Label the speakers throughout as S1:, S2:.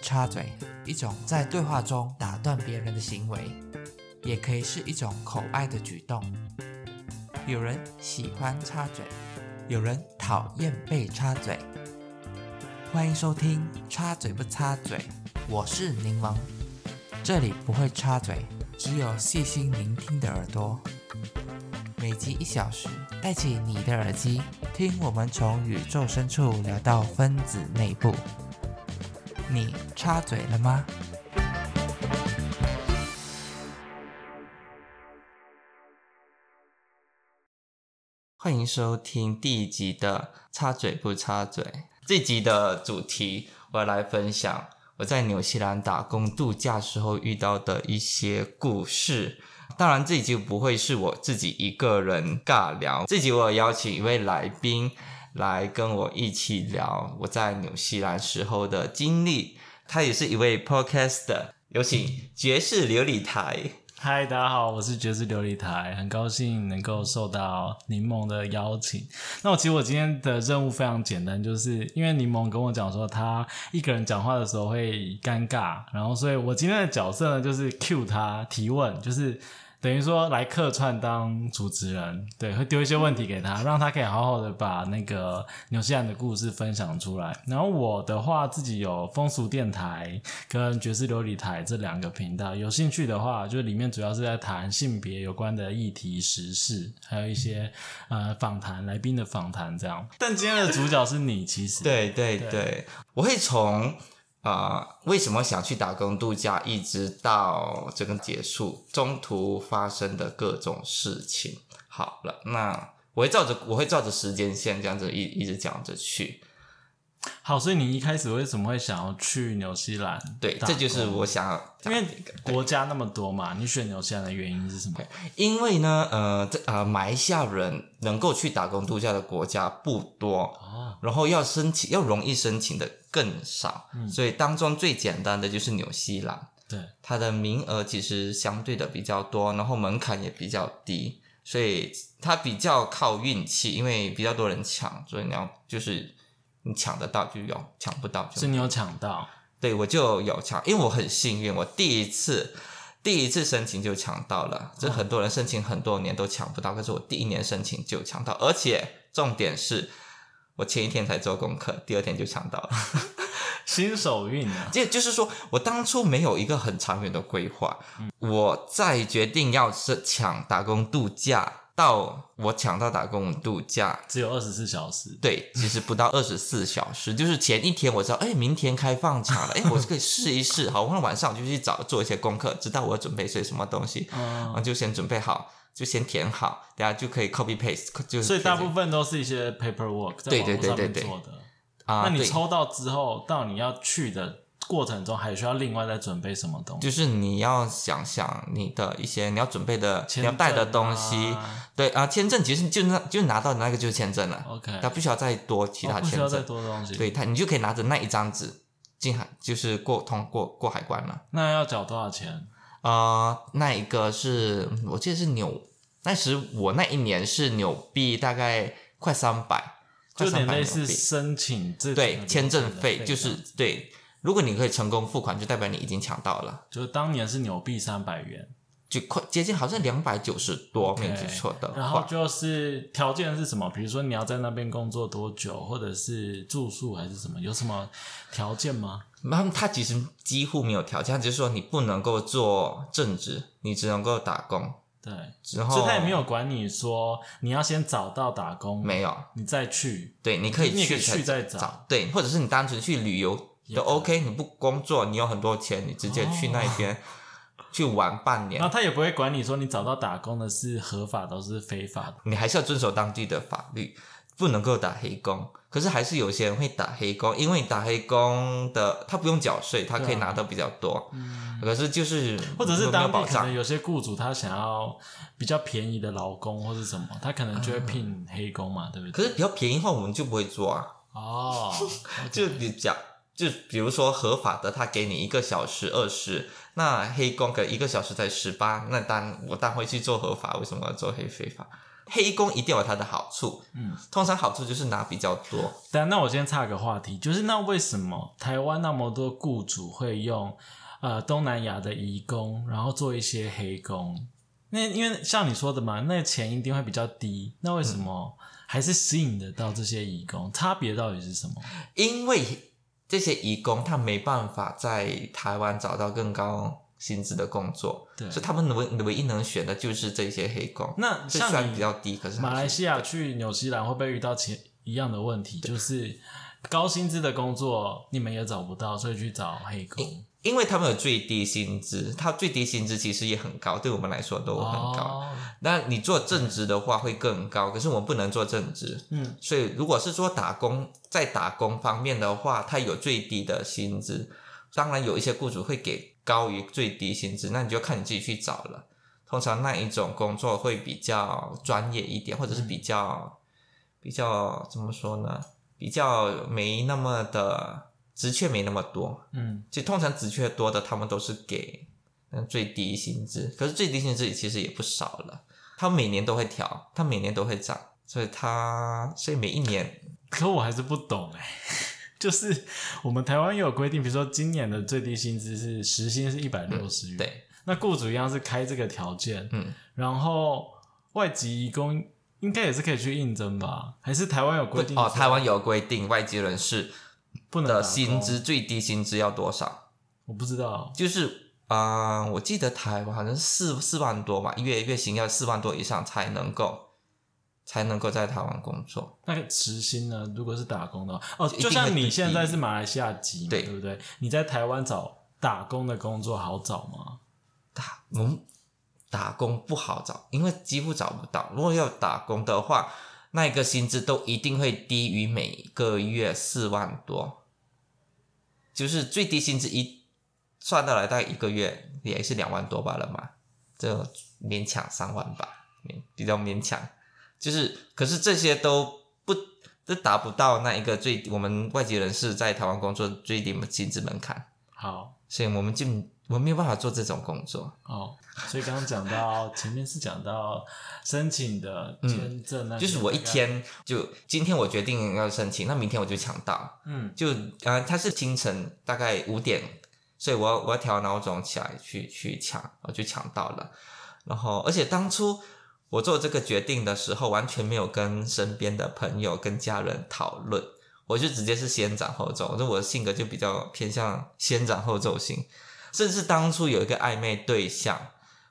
S1: 插嘴，一种在对话中打断别人的行为，也可以是一种口爱的举动。有人喜欢插嘴，有人讨厌被插嘴。欢迎收听《插嘴不插嘴》，我是柠檬，这里不会插嘴，只有细心聆听的耳朵。每集一小时，戴起你的耳机，听我们从宇宙深处聊到分子内部。你插嘴了吗？欢迎收听第一集的《插嘴不插嘴》。这集的主题，我要来分享我在纽西兰打工度假时候遇到的一些故事。当然，这集不会是我自己一个人尬聊，这集我有邀请一位来宾来跟我一起聊我在纽西兰时候的经历。他也是一位 podcaster，有请爵士琉璃台。
S2: 嗨，大家好，我是爵士琉璃台，很高兴能够受到柠檬的邀请。那我其实我今天的任务非常简单，就是因为柠檬跟我讲说他一个人讲话的时候会尴尬，然后所以我今天的角色呢就是 cue 他提问，就是等于说来客串当主持人，对，会丢一些问题给他，让他可以好好的把那个纽西兰的故事分享出来。然后我的话自己有风俗电台跟爵士琉璃台这两个频道，有兴趣的话，就里面主要是在谈性别有关的议题、时事，还有一些呃访谈来宾的访谈这样。但今天的主角是你，其实
S1: 对对对，我会从啊、呃为什么想去打工度假，一直到这个结束，中途发生的各种事情。好了，那我会照着我会照着时间线这样子一一直讲着去。
S2: 好，所以你一开始为什么会想要去纽西兰？
S1: 对，这就是我想要
S2: 因为国家那么多嘛，你选纽西兰的原因是什么？
S1: 因为呢，呃，这呃，马来西亚人能够去打工度假的国家不多，
S2: 哦，
S1: 然后要申请要容易申请的更少，所以当中最简单的就是纽西兰。
S2: 对，
S1: 它的名额其实相对的比较多，然后门槛也比较低，所以它比较靠运气，因为比较多人抢，所以你要就是你抢得到就有，抢不到就是
S2: 你有抢到，
S1: 对我就有抢，因为我很幸运，我第一次第一次申请就抢到了，这很多人申请很多年都抢不到，可是我第一年申请就抢到，而且重点是我前一天才做功课，第二天就抢到了。
S2: 新手运啊，
S1: 就就是说我当初没有一个很长远的规划，我在决定要是抢打工度假，到我抢到打工度假，
S2: 只有二十四小时。
S1: 对，其实不到二十四小 时，就是前一天我知道，哎，明天开放场了，哎，我可以试一试。 好，那晚上我就去找做一些功课，知道我要准备些什么东西，然后
S2: 嗯，
S1: 就先准备好，就先填好，等下就可以 copy paste，就是
S2: 所以大部
S1: 分
S2: 分都是一些 paperwork 在
S1: 对
S2: 网
S1: 对
S2: 络
S1: 对对
S2: 上面
S1: 对
S2: 做的。
S1: 啊，
S2: 那你
S1: 对
S2: 抽到之后，到你要去的过程中，还需要另外再准备什么东西？
S1: 就是你要想想你的一些你要准备的、你
S2: 签
S1: 要带的
S2: 证
S1: 东西，
S2: 啊
S1: 对啊，签证其实就那就拿到那个就是签证了，
S2: OK，
S1: 他不 需要再多其他
S2: 哦不需
S1: 签
S2: 要再
S1: 证，
S2: 多的东西。
S1: 对，他你就可以拿着那一张纸进海，就是过通过过海关了。
S2: 那要缴多少钱？
S1: 呃，那一个是我记得是纽，那时我那一年是纽币大概快三百，
S2: 就
S1: 快三
S2: 有点
S1: 百
S2: 类
S1: 纽
S2: 似
S1: 币。
S2: 申请这
S1: 对，签证
S2: 费
S1: 费就是对，如果你可以成功付款，就代表你已经抢到了，
S2: 就是当年是纽币三百元，
S1: 就快接近好像两百九十多，没有
S2: OK，
S1: 记错的
S2: 然后
S1: 话。
S2: 就是条件是什么？比如说你要在那边工作多久，或者是住宿还是什么？有什么条件吗？
S1: 他们他其实几乎没有条件，他只是说你不能够做正职，你只能够打工。
S2: 对，
S1: 然后
S2: 所以他也没有管你说你要先找到打工，
S1: 没有，
S2: 你再去。
S1: 对，你可以
S2: 你也可
S1: 去
S2: 以去再找
S1: 对，或者是你单纯去旅游
S2: 也
S1: 都
S2: 可以
S1: OK，
S2: 哦
S1: 你不工作，你有很多钱，你直接去那 边、去玩半年
S2: 然后，他也不会管你说你找到打工的是合法的，是非法的。
S1: 你还是要遵守当地的法律，不能够打黑工。可是还是有些人会打黑工，因为打黑工的他不用缴税，他可以
S2: 对啊嗯
S1: 拿到比较多。可是就是
S2: 或者是
S1: 没有
S2: 当
S1: 保
S2: 地可
S1: 障
S2: 能。有些雇主他想要比较便宜的劳工或是什么，他可能就会聘黑工嘛，对不
S1: 可
S2: 对？
S1: 是比较便宜的话，我们就不会做啊。
S2: 哦，
S1: 就比较，就比如说合法的，他给你一个小时二十，那黑工给一个小时才十八，那当我当会去做合法，为什么要做黑非法？黑工一定有它的好处，
S2: 嗯，
S1: 通常好处就是拿比较多，
S2: 但那我先岔个话题，就是那为什么台湾那么多雇主会用呃东南亚的移工，然后做一些黑工？那因为像你说的嘛，那钱一定会比较低，那为
S1: 嗯
S2: 什么还是吸引得到这些移工？差别到底是什么？
S1: 因为这些移工他没办法在台湾找到更高薪资的工作，
S2: 对
S1: 所以他们唯唯一能选的就是这些黑工。
S2: 那
S1: 这虽然
S2: 像
S1: 比
S2: 你
S1: 较低，可是
S2: 马来
S1: 还是
S2: 西亚去纽西兰会不会遇到前一样的问题？就是高薪资的工作你们也找不到，所以去找黑工。
S1: 因为他们有最低薪资，他最低薪资其实也很高，对我们来说都很高。
S2: 哦，
S1: 那你做正职的话会更高，可是我们不能做正职，
S2: 嗯，
S1: 所以如果是说打工，在打工方面的话，它有最低的薪资，当然有一些雇主会给高于最低薪资，那你就看你自己去找了。通常那一种工作会比较专业一点，或者是比较、比较怎么说呢？比较没那么的职缺没那么多，
S2: 嗯，
S1: 其实通常职缺多的，他们都是给嗯最低薪资，可是最低薪资其实也不少了，他每年都会调，他每年都会涨，所以他所以每一年
S2: 可我还是不懂哎、 就是我们台湾也有规定，比如说今年的最低薪资是时薪是一百六十元、，
S1: 嗯对，
S2: 那雇主一样是开这个条件，
S1: 嗯，
S2: 然后外籍移工应该也是可以去应征吧？还是台湾有
S1: 不
S2: 嗯规定
S1: 哦，台湾有规定外籍人士
S2: 不能打
S1: 的
S2: 工
S1: 薪？资最低薪资要多少？
S2: 我不知道，
S1: 就是啊、呃我记得台湾好像四四万多吧，月月薪要四万多以上才能够才能够在台湾工作。
S2: 那个时薪呢？如果是打工的话，哦，
S1: 一定
S2: 就像
S1: 会
S2: 你
S1: 更
S2: 现在
S1: 低
S2: 是马来西亚籍嘛，
S1: 对
S2: 对不对？你在台湾找打工的工作好找吗？
S1: 打我们打工不好找，因为几乎找不到。如果要打工的话，那一个薪资都一定会低于每个月四万多，就是最低薪资一算到来大概一个月也是两万多吧了嘛，这勉强三万吧，勉比较勉强。就是可是这些都不都达不到那一个最我们外籍人士在台湾工作最低薪资门槛，
S2: 好
S1: 所以我们就我们没有办法做这种工作。
S2: 哦，所以刚刚讲到前面是讲到申请的签证那
S1: 嗯
S2: 些、
S1: 就是我一天就今天我决定要申请，那明天我就抢到。
S2: 嗯
S1: 就呃，它是清晨大概五点，所以我要我要调闹钟起来去去抢，我就抢到了。然后，而且当初我做这个决定的时候，完全没有跟身边的朋友跟家人讨论，我就直接是先斩后奏。那我的性格就比较偏向先斩后奏型，甚至当初有一个暧昧对象，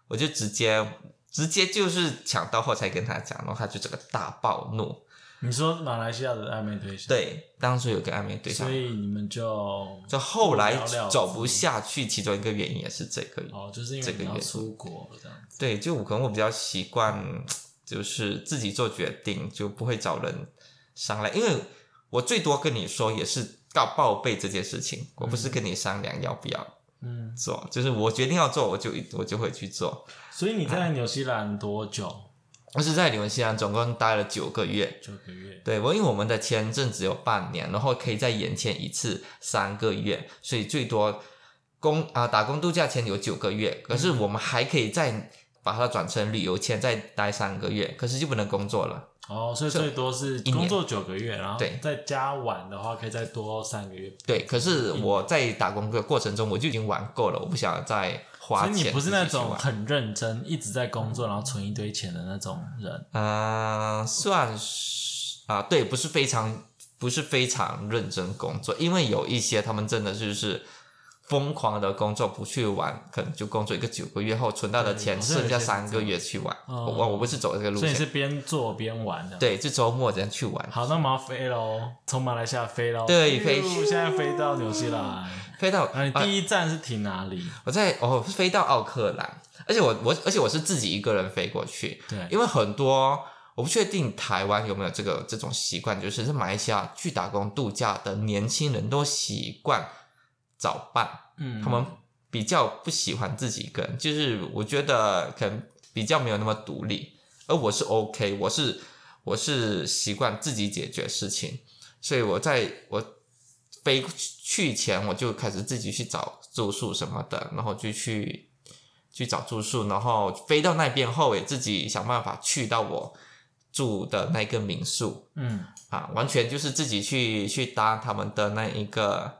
S1: 我就直接直接就是抢到后才跟他讲，然后他就整个大暴怒。
S2: 你说马来西亚的暧昧对象，
S1: 对，当初有个暧昧对象
S2: 所，以你们就
S1: 就后来
S2: 不了了之
S1: 走不下去，其中一个原因也是这个。
S2: 哦，就是因
S1: 这
S2: 为
S1: 个
S2: 你要
S1: 原因
S2: 出国这样子。
S1: 对，就可能我比较习惯，就是自己做决定，就不会找人商量。因为我最多跟你说也是告报备这件事情，我不是跟你商量要不要
S2: 嗯，
S1: 做，就是我决定要做，我就我就会去做。
S2: 所以你在纽西兰多久？
S1: 我是在纽西兰总共待了九个月，
S2: 九个月。
S1: 对，我因为我们的签证只有半年，然后可以再延签一次三个月，所以最多工啊、打工度假签有九个月，可
S2: 嗯
S1: 是我们还可以再把它转成旅游签，再待三个月，可是就不能工作了。
S2: 哦，所以最多是
S1: 年
S2: 工作九个月，然后
S1: 对
S2: 再加晚的话，可以再多三个月。
S1: 对，可是
S2: 嗯
S1: 我在打工的过程中我就已经玩够了，我不想再花
S2: 所
S1: 钱自己去玩。嗯
S2: 以你不是那种很认真，一直在工作，然后存一堆钱的那种人。
S1: 啊，算是啊、对，不是非常不是非常认真工作，因为有一些他们真的就是疯狂的工作，不去玩，可能就工作一个九个月后存到的
S2: 对
S1: 钱，
S2: 好像有
S1: 剩下
S2: 些是
S1: 三
S2: 这
S1: 个
S2: 样
S1: 月去玩。
S2: 哦
S1: 我我不是走这个路
S2: 所以你
S1: 线，
S2: 是边做边玩的。。
S1: 对，就周末这样去玩。
S2: 好，那我们要飞喽，从马来西亚飞喽。
S1: 对
S2: 咻
S1: 飞
S2: 现在飞到纽西兰。
S1: 飞到
S2: 那你
S1: 啊
S2: 第一站是停哪里？
S1: 我在哦飞到奥克兰，而且我我而且我是自己一个人飞过去，
S2: 对，
S1: 因为很多我不确定台湾有没有这个这种习惯，就是在马来西亚去打工度假的年轻人都习惯早办，
S2: 嗯，
S1: 他们比较不喜欢自己一个人，就是我觉得可能比较没有那么独立，而我是 OK，我是我是习惯自己解决事情，所以我在我飞去前我就开始自己去找住宿什么的，然后就去去找住宿，然后飞到那边后也自己想办法去到我住的那个民宿
S2: 嗯
S1: 啊，完全就是自己去去搭他们的那一个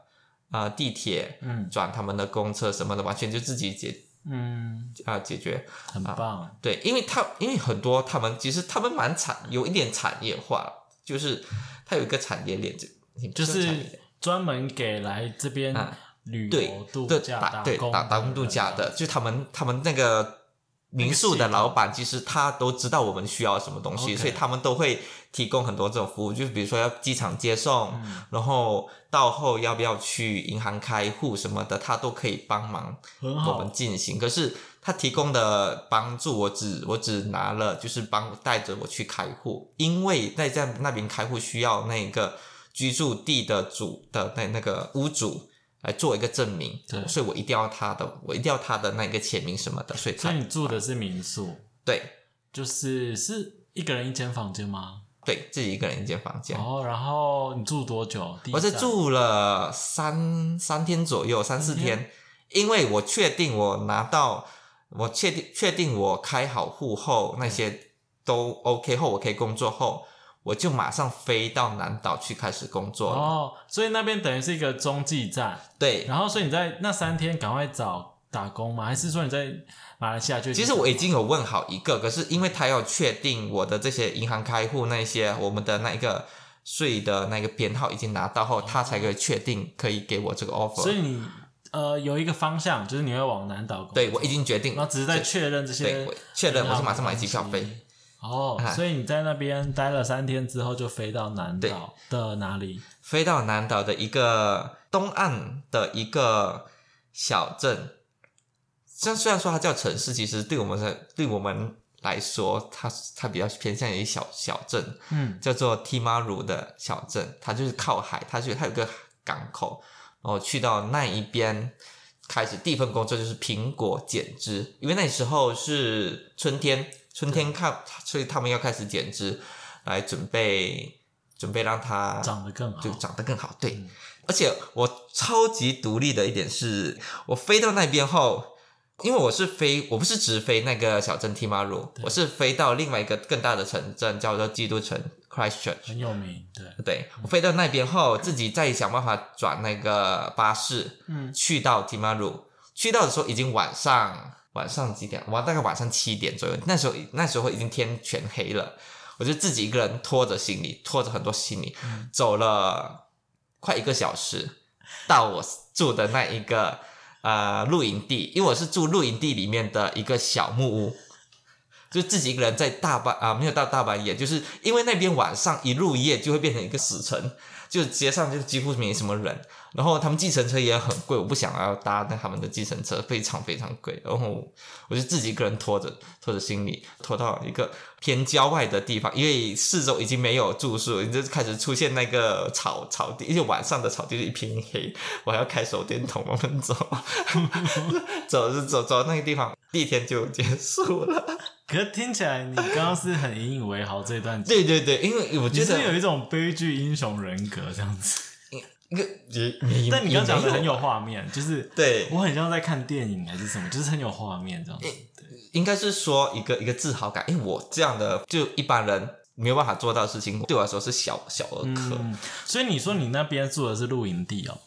S1: 呃地铁，
S2: 嗯
S1: 转他们的公车什么的，完全就自己解
S2: 嗯，
S1: 啊、解决。
S2: 很棒，
S1: 对，因为他因为很多他们其实他们蛮产有一点产业化，就是它有一个产业链，就
S2: 就
S1: 不产业
S2: 是
S1: 链
S2: 专门给来这边
S1: 啊
S2: 旅
S1: 对
S2: 游度
S1: 对
S2: 假、
S1: 打对
S2: 工、
S1: 打打工度假的，，就他们他们那个民宿的老板，其实他都知道我们需要什么东西，
S2: OK
S1: 所以他们都会提供很多这种服务，就比如说要机场接送，
S2: 嗯
S1: 然后到后要不要去银行开户什么的，他都可以帮忙
S2: 很
S1: 我们
S2: 好，
S1: 进行。可是他提供的帮助，我只我只拿了，就是帮我带着我去开户，因为在在那边开户需要那个居住地的主的那那个屋主来做一个证明
S2: 对，
S1: 所以我一定要他的，我一定要他的那个签名什么的，所以
S2: 所以
S1: 才
S2: 你住的是民宿，
S1: 对
S2: 就是是一个人一间房间吗？
S1: 对自己一个人一间房间。
S2: 哦，然后你住多久？第一
S1: 我是
S2: 站
S1: 住了三三天左右，三四
S2: 三天
S1: 天，因为我确定我拿到，我确定确定我开好户后那些都 OK 后，我可以工作后，我就马上飞到南岛去开始工作了。
S2: 哦，所以那边等于是一个中继站，
S1: 对，
S2: 然后所以你在那三天赶快找打工吗？还是说你在马来西亚就
S1: 其实我已经有问好一个，可是因为他要确定我的这些银行开户那些，我们的那一个税的那个编号已经拿到后，他才可以确定可以给我这个 offer。
S2: 所以你呃有一个方向，就是你会往南岛工作
S1: 对我已经决定
S2: 然
S1: 了
S2: 后，只是在
S1: 对
S2: 确认这
S1: 对
S2: 嗯些
S1: 我确认，我就马上买机票飞。
S2: 哦
S1: 啊，
S2: 所以你在那边待了三天之后，就飞到南岛的哪里？
S1: 飞到南岛的一个东岸的一个小镇。虽然虽然说它叫城市，其实对我们的对我们来说，它它比较偏向于小小镇，
S2: 嗯，
S1: 叫做 Timaru 的小镇，它就是靠海，它就它有个港口，然后去到那一边开始第一份工作就是苹果剪枝，因为那时候是春天，春天看，所以他们要开始剪枝，来准备准备让它
S2: 长得更好
S1: 就。长得更好。对，
S2: 哦嗯
S1: 而且我超级独立的一点是，我飞到那边后，因为我是飞，我不是直飞那个小镇 Timaru，我是飞到另外一个更大的城镇，叫做基督城 Christchurch。
S2: 很有名，对，
S1: 对，我飞到那边后，自己再想办法转那个巴士
S2: 嗯，
S1: 去到 Timaru。去到的时候已经晚上，晚上几点？晚大概晚上七点左右。那时候那时候已经天全黑了，我就自己一个人拖着行李，拖着很多行李，走了快一个小时，到我住的那一个呃露营地，因为我是住露营地里面的一个小木屋。就自己一个人在大半啊、没有到大半夜，就是因为那边晚上一入夜就会变成一个死城，就街上就几乎没什么人，然后他们计程车也很贵，我不想要搭那他们的计程车，非常非常贵。然后我就自己一个人拖着拖着行李，拖到一个偏郊外的地方，因为四周已经没有住宿，你就开始出现那个草草地，因为晚上的草地就一片黑，我还要开手电筒慢慢走， 走着走走到那个地方，第一天就结束了。
S2: 可是听起来你刚刚是很引以为豪这 段，
S1: 对对对，因为我
S2: 你
S1: 觉
S2: 是
S1: 得
S2: 有一种悲剧英雄人格这样子。
S1: 一个也也
S2: 但你刚刚讲的很
S1: 也没
S2: 有画面，就是
S1: 对
S2: 我很像在看电影还是什么，就是很有画面这样子。
S1: 应该是说一个一个自豪感，因为我这样的就一般人没有办法做到的事情，对我来说是小小儿科。
S2: 嗯，所以你说你那边住的是露营地哦，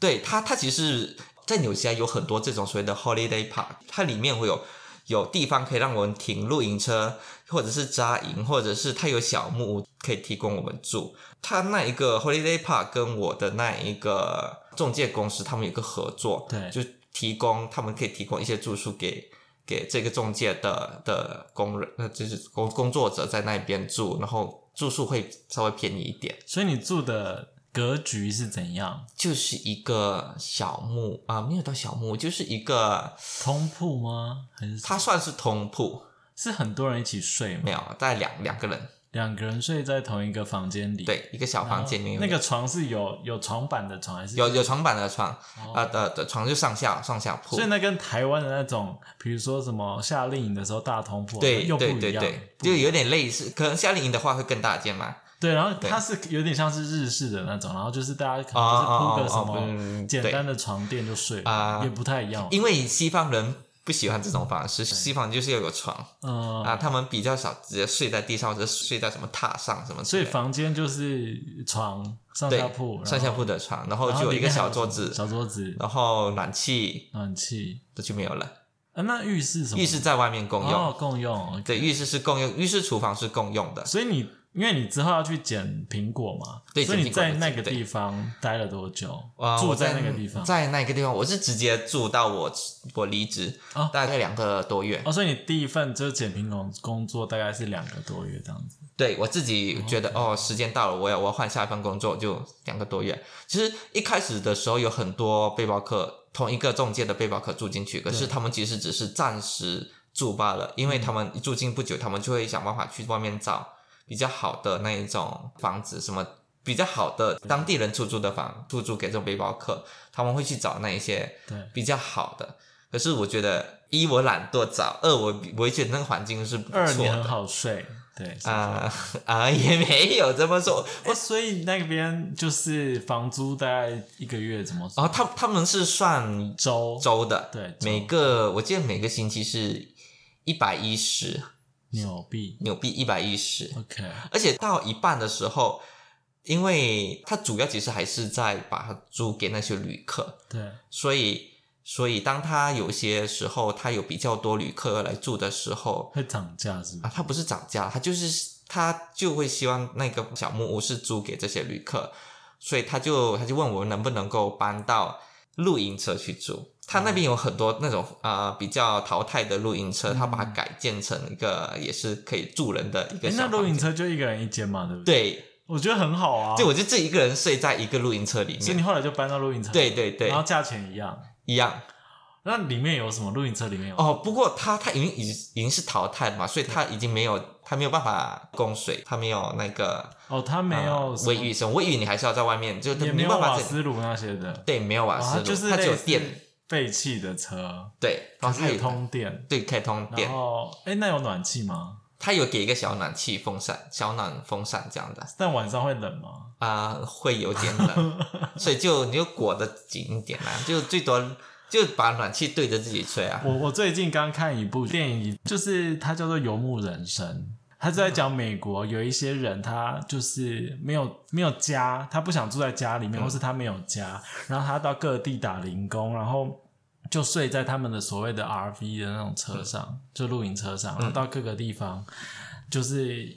S1: 对它，它其实在纽西兰有很多这种所谓的 holiday park，它里面会有有地方可以让我们停露营车，或者是扎营，或者是它有小木屋可以提供我们住。它那一个 holiday park 跟我的那一个中介公司，他们有个合作，
S2: 对
S1: 就提供他们可以提供一些住宿给。给这个中介的的工人，呃，就是工工作者在那边住，然后住宿会稍微便宜一点。
S2: 所以你住的格局是怎样？
S1: 就是一个小木啊、没有到小木，就是一个，
S2: 通铺吗？还是
S1: 它算是通铺，
S2: 是很多人一起睡吗
S1: 没？有，大概两两个人，
S2: 两个人睡在同一个房间里，，
S1: 对，一个小房间里面
S2: 哦那个床是有有床板的床还是
S1: 有有床板的床，
S2: 哦
S1: 啊的的床就上下上下铺
S2: 所以，那跟台湾的那种，比如说什么夏令营的时候大通铺，
S1: 对
S2: 又不
S1: 对
S2: 一
S1: 对
S2: 样，
S1: 对，
S2: 不
S1: 就有点类似，可能夏令营的话会更大间嘛，
S2: 对。然后
S1: 对
S2: 它是有点像是日式的那种，然后就是大家可
S1: 哦
S2: 能就是
S1: 哦
S2: 铺
S1: 哦
S2: 个什
S1: 哦嗯
S2: 么
S1: 对
S2: 简单的床垫就睡了，
S1: 啊
S2: 也不太一样。
S1: 因为西方人。不喜欢这种方式。西方就是要有床
S2: 嗯、
S1: 啊，他们比较少直接睡在地上，或者睡在什么榻上什么之
S2: 所
S1: 类
S2: 以
S1: 的。
S2: 房间就是床、上下铺、
S1: 对，
S2: 然后
S1: 上下铺的床，然后
S2: 然后
S1: 就有
S2: 里
S1: 一个
S2: 面还
S1: 小
S2: 有
S1: 桌
S2: 什么
S1: 子，
S2: 小桌子、
S1: 然后暖气，
S2: 暖气。
S1: 这就没有了。
S2: 啊，那浴室什么？
S1: 浴室在外面共用，
S2: 哦，共用。
S1: 对，浴室是共用，浴室厨房是共用的。
S2: 所以你因为你之后要去捡苹果嘛，
S1: 对
S2: 所以你
S1: 捡苹果
S2: 在那个
S1: 的对
S2: 地方待了多久
S1: 啊？
S2: 哦住
S1: 我
S2: 在
S1: 在
S2: 那个地方？
S1: 在那个地方，我是直接住到我我离职，
S2: 哦
S1: 大概两个多月。
S2: 哦，所以你第一份就是捡苹果工作，大概是两个多月这样子。
S1: 对我自己觉得哦，时间到了，我要我要换下一份工作，就两个多月。其实一开始的时候有很多背包客，同一个中介的背包客住进去，可是
S2: 对嗯
S1: 他们其实只是暂时住罢了，因为他们一住进不久，他们就会想办法去外面找比较好的那一种房子，什么比较好的
S2: 嗯
S1: 当地人出租的房，出租给这种背包客，他们会去找那一些
S2: 对
S1: 比较好的。可是我觉得一我懒惰找，二我我也觉得那个环境是不
S2: 二
S1: 错
S2: 你很
S1: 的。
S2: 好睡，对啊。
S1: 啊啊，也没有这么说。
S2: 哎、所以那边就是房租大概一个月怎么
S1: 然
S2: 算？
S1: 哦后他他们是算
S2: 周
S1: 周的，
S2: 对周
S1: 每个我记得每个星期是一百一十
S2: 纽币
S1: 纽币，一百一十。
S2: ，OK，
S1: 而且到一半的时候，因为它主要其实还是在把它租给那些旅客，
S2: 对，
S1: 所以所以当他有些时候他有比较多旅客来住的时候
S2: 会涨价是不
S1: 啊
S2: 是？，
S1: 他不是涨价，他就是他就会希望那个小木屋是租给这些旅客，所以他就他就问我们能不能够搬到露营车去住。他那边有很多那种呃比较淘汰的露营车，他把它改建成一个也是可以住人的一
S2: 哎、
S1: 个小
S2: 那露
S1: 房
S2: 营
S1: 间。
S2: 车就一个人一间嘛，对不对？
S1: 对，
S2: 我觉得很好啊。
S1: 就我就自己一个人睡在一个露营车里
S2: 所以你
S1: 面，
S2: 后来就搬到露营车，
S1: 对对对
S2: 然后价钱一样。
S1: 一样。
S2: 那里面有什么？露营车里面有
S1: 哦，不过他他已经已已经是淘汰了嘛，所以他已经没有他没有办法供水，他没有那个
S2: 哦，它没有什么
S1: 卫浴什么卫浴，你还是要在外面，就
S2: 也
S1: 啊没
S2: 没
S1: 有
S2: 有
S1: 办法
S2: 瓦
S1: 在
S2: 斯炉那些的，
S1: 对，没有瓦斯
S2: 哦它
S1: 炉，
S2: 就是
S1: 它只有
S2: 类似
S1: 电，
S2: 废弃的车，
S1: 对，然后
S2: 它
S1: 它
S2: 有
S1: 有
S2: 通电，
S1: 对，可以通电
S2: 然，后哎、那有暖气吗？
S1: 它有给一个小暖气风扇、小暖风扇这样的
S2: 但晚上会冷吗？
S1: 啊、会有点冷， 所以就你就裹得紧一点啦、啊就最多就把暖气对着自己吹啊。
S2: 我我最近刚看一部电影，就是它叫做《游牧人生》，它是在讲美国有一些人，他就是没有没有家，他不想住在家里面，或是他没有家，然后他到各地打零工，然后。就睡在他们的所谓的 RV 的那种车上，就露营车上，然后到各个地方，就是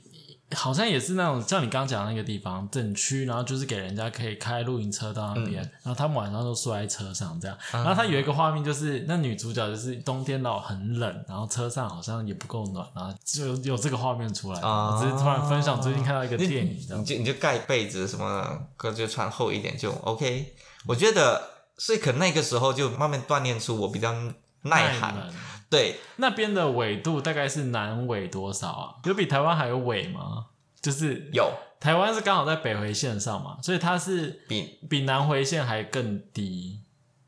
S2: 好像也是那种像你刚刚讲的那个地方整区，然后就是给人家可以开露营车到那边，
S1: 嗯
S2: 然后他们晚上就睡在车上这样。
S1: 啊
S2: 然后他有一个画面就是那女主角就是冬天到很冷，然后车上好像也不够暖，然后就有这个画面出来。
S1: 啊嗯
S2: 我只是突然分享最近看到一个电影这
S1: 你
S2: 样。
S1: 就你就盖被子什么的，可就穿厚一点就 OK。我觉得，所以可能那个时候就慢慢锻炼出我比较耐寒，
S2: 冷
S1: 对，
S2: 那边的纬度大概是南纬多少啊？有比台湾还有纬吗？就是
S1: 有
S2: 台湾是刚好在北回线上嘛，所以它是
S1: 比
S2: 比南回线还更低，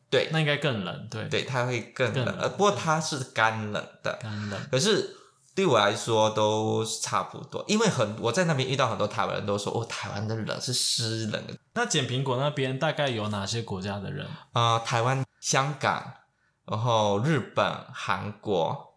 S1: 对
S2: 那应该更冷，对，
S1: 对，它会更
S2: 更
S1: 冷，
S2: 冷
S1: 呃，不过它是干冷的，
S2: 干冷。
S1: 可是对我来说都差不多，因为很我在那边遇到很多台湾人都说，哦，台湾的冷是湿冷的，
S2: 那捡苹果那边大概有哪些国家的人？
S1: 呃，台湾、香港，然后日本、韩国，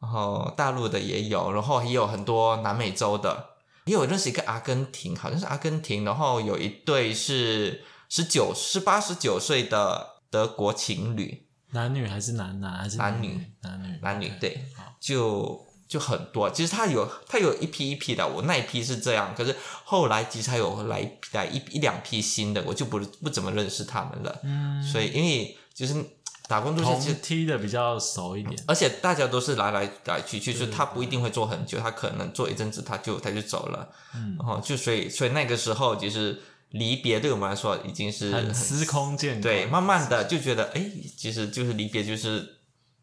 S1: 然后大陆的也有，然后也有很多南美洲的，也有认识一个阿根廷，好像是阿根廷，然后有一对是十九、十八、十九岁的德国情侣，
S2: 男女还是男男还是
S1: 男
S2: 女？男女，
S1: 男女
S2: OK
S1: 对
S2: 好，
S1: 就就很多。其实他有他有一批一批的，我那一批是这样，可是后来其实还有来来一一两批新的，我就不不怎么认识他们了。
S2: 嗯，
S1: 所以因为就是打工度假，
S2: 同
S1: 其实
S2: 踢的比较熟一点。
S1: 而且大家都是来来来去去，就是
S2: 对
S1: 他不一定会做很久，他可能做一阵子他就他就走了。
S2: 嗯，
S1: 然后就所以所以那个时候其实离别对我们来说已经是
S2: 很司空见惯。
S1: 对，慢慢的就觉得，哎，其实就是离别，就是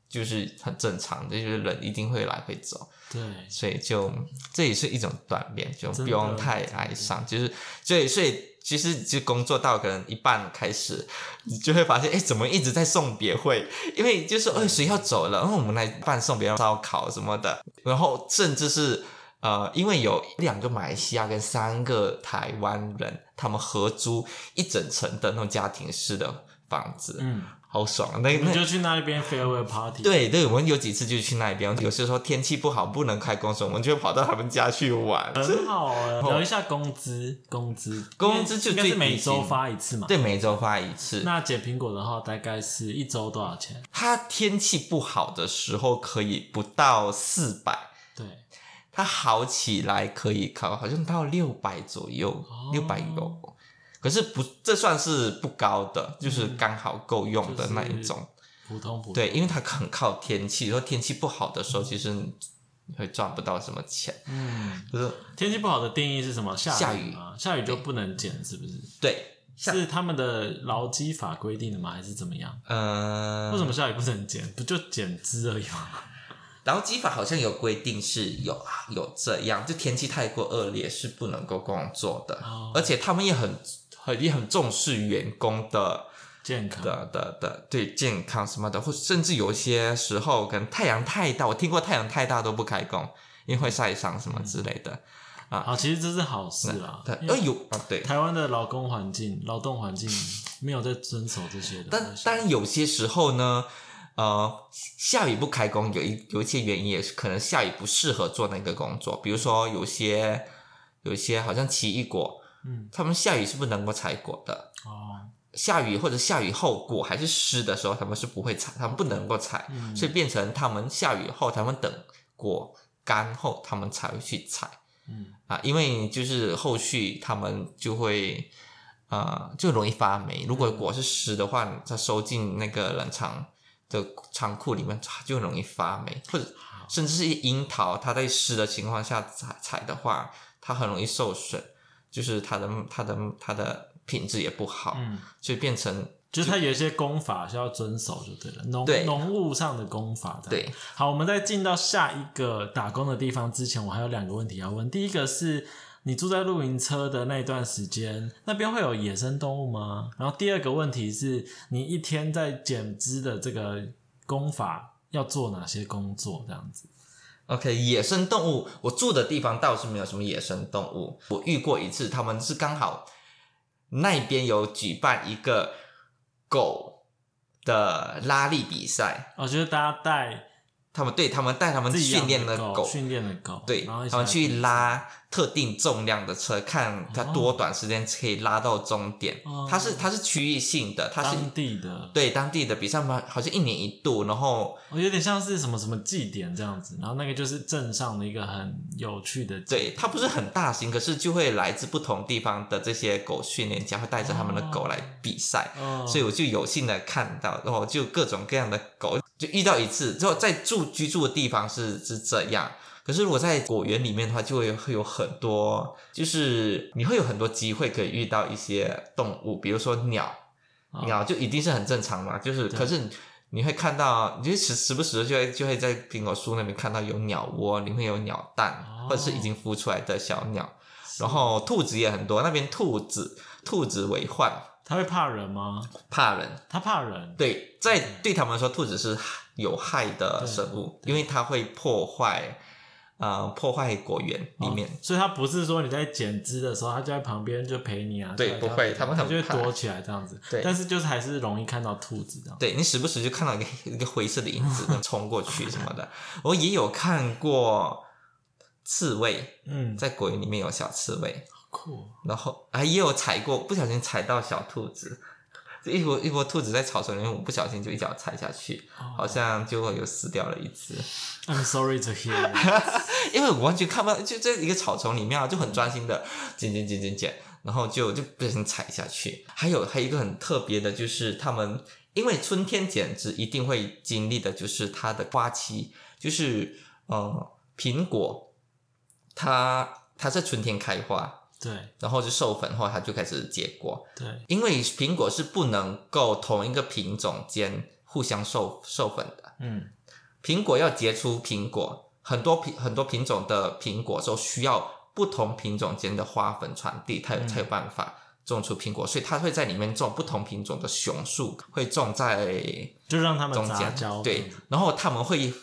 S1: 就是很正常的，就是人一定会来回走，
S2: 对，
S1: 所以就这也是一种锻炼，就
S2: 真
S1: 不
S2: 的
S1: 用太哀伤。就是，所以所以其实就工作到可能一半开始，你就会发现，哎，怎么一直在送别会？因为就是，哎，谁要走了？然后我们来办送别烧烤什么的，然后甚至是。呃，因为有两个马来西亚跟三个台湾人，他们合租一整层的那种家庭式的房子，
S2: 嗯，
S1: 好爽。那
S2: 你们就
S1: 那
S2: 去那边 farewell party。，
S1: 对对，我们有几次就去那边，有时候天气不好不能开工时，我们就跑到他们家去玩。
S2: 很好啊。聊一下工资，工资，
S1: 哦工资就
S2: 应该
S1: 最
S2: 是每
S1: 底薪
S2: 周发一次嘛。
S1: 对，每周发一次。
S2: 那捡苹果的话，大概是一周多少钱？
S1: 它天气不好的时候可以不到四百，
S2: 对，
S1: 它好起来可以考，好像到六百左右
S2: 哦，
S1: 六百有。可是不，这算是不高的，就是刚好够用的那一种。
S2: 普通普通。
S1: 对，因为它很靠天气，说天气不好的时候，其实你会赚不到什么钱。
S2: 嗯，
S1: 就是
S2: 天气不好的定义是什么？
S1: 下雨
S2: 雨吗？下雨就不能捡，是不是？
S1: 对，下
S2: 是他们的劳基法规定的吗？还是怎么样？
S1: 呃，
S2: 为什么下雨不能捡？不就捡枝而已吗？
S1: 劳基法好像有规定是有啊有这样，就天气太过恶劣是不能够工作的，
S2: 哦
S1: 而且他们也很很也很重视员工的
S2: 健康
S1: 的的的对健康什么的，或甚至有些时候可能太阳太大，我听过太阳太大都不开工，因为会晒伤什么之类的。
S2: 好，其实这是好事啦。
S1: 啊对，
S2: 嗯哦因
S1: 呃
S2: 为
S1: 有啊对，
S2: 台湾的劳工环境、劳动环境没有在遵守这些的。
S1: 但但有些时候呢，呃，下雨不开工，有一有一些原因也是可能下雨不适合做那个工作，比如说有些有些好像奇异果，
S2: 嗯，
S1: 他们下雨是不能够采果的，
S2: 哦，
S1: 下雨或者下雨后果还是湿的时候，他们是不会采，他们不能够采，
S2: 嗯
S1: 所以变成他们下雨后，他们等果干后，他们才会去采。
S2: 嗯，
S1: 啊，因为就是后续他们就会，呃，就容易发霉。如果果是湿的话，它收进那个冷藏的仓库里面，它就容易发霉，或者甚至是樱桃，它在湿的情况下采采的话，它很容易受损，就是它的它的它的品质也不好，
S2: 嗯，
S1: 所以变成
S2: 就是它有一些功法是要遵守就对了，农
S1: 对
S2: 农务上的功法这样。
S1: 对
S2: 好，我们在进到下一个打工的地方之前，我还有两个问题要问。第一个是你住在露营车的那段时间，那边会有野生动物吗？然后第二个问题是你一天在减脂的这个功法要做哪些工作？这样子，
S1: OK，野生动物，我住的地方倒是没有什么野生动物。我遇过一次，他们是刚好那边有举办一个狗的拉力比赛，
S2: 我觉得大家带
S1: 他们对他们带他们
S2: 自己
S1: 训
S2: 养
S1: 练
S2: 的
S1: 的
S2: 狗，哦训练的狗，
S1: 对，
S2: 然后一起
S1: 他们
S2: 来
S1: 去
S2: 比
S1: 拉特定重量的车，看它多短时间可以拉到终点。
S2: 哦
S1: 它是它是区域性的，它是
S2: 当地的，
S1: 对当地的比赛嘛，好像一年一度，然后
S2: 我有点像是什么什么祭典这样子，然后那个就是镇上的一个很有趣的，
S1: 对，它不是很大型，可是就会来自不同地方的这些狗训练家会带着他们的狗来比赛，
S2: 哦，
S1: 所以我就有幸的看到，然后就各种各样的狗，就遇到一次之后，在住居住的地方是是这样。可是如果在果园里面的话，就会会有很多，就是你会有很多机会可以遇到一些动物，比如说鸟，
S2: 哦
S1: 鸟就一定是很正常嘛，就是
S2: 对
S1: 可是你你会看到，你就时时不时就会就会在苹果树那边看到有鸟窝，里面有鸟蛋，
S2: 哦
S1: 或者是已经孵出来的小鸟，然后兔子也很多，那边兔子兔子为患，
S2: 他会怕人吗？
S1: 怕人。
S2: 他怕人，
S1: 对，在对他们来说，兔子是有害的生物，因为它会破坏，呃，破坏果园里面。
S2: 哦所以他不是说你在剪枝的时候，他就在旁边就陪你啊，
S1: 对
S2: 就在
S1: 不会
S2: 他
S1: 他们
S2: 他
S1: 很
S2: 就会
S1: 怕
S2: 躲起来这样子，
S1: 对
S2: 但是就是还是容易看到兔子这样，
S1: 对你时不时就看到一个 一个灰色的影子冲过去什么的。我也有看过刺猬，
S2: 嗯，
S1: 在果园里面有小刺猬，
S2: 好酷哦，
S1: 然后啊也有踩过，不小心踩到小兔子。一窝一窝兔子在草丛里面，我不小心就一脚踩下去，好像就有死掉了一只。
S2: 哦 I'm sorry to hear，
S1: 因为我完全看不到，就在一个草丛里面啊，就很专心的剪剪剪剪剪，然后就就不小心踩下去。还有还有一个很特别的，就是他们因为春天剪枝一定会经历的，就是它的花期，就是呃苹果，它它在春天开花，
S2: 对
S1: 然后就授粉后它就开始结果，
S2: 对，
S1: 因为苹果是不能够同一个品种间互相授授粉的。
S2: 嗯，
S1: 苹果要结出苹果，很多品很多品种的苹果都需要不同品种间的花粉传递，它有、
S2: 嗯
S1: 才有办法种出苹果，所以它会在里面种不同品种的熊树，会种在
S2: 就让他们
S1: 中
S2: 杂交，
S1: 间，对，，然后他们会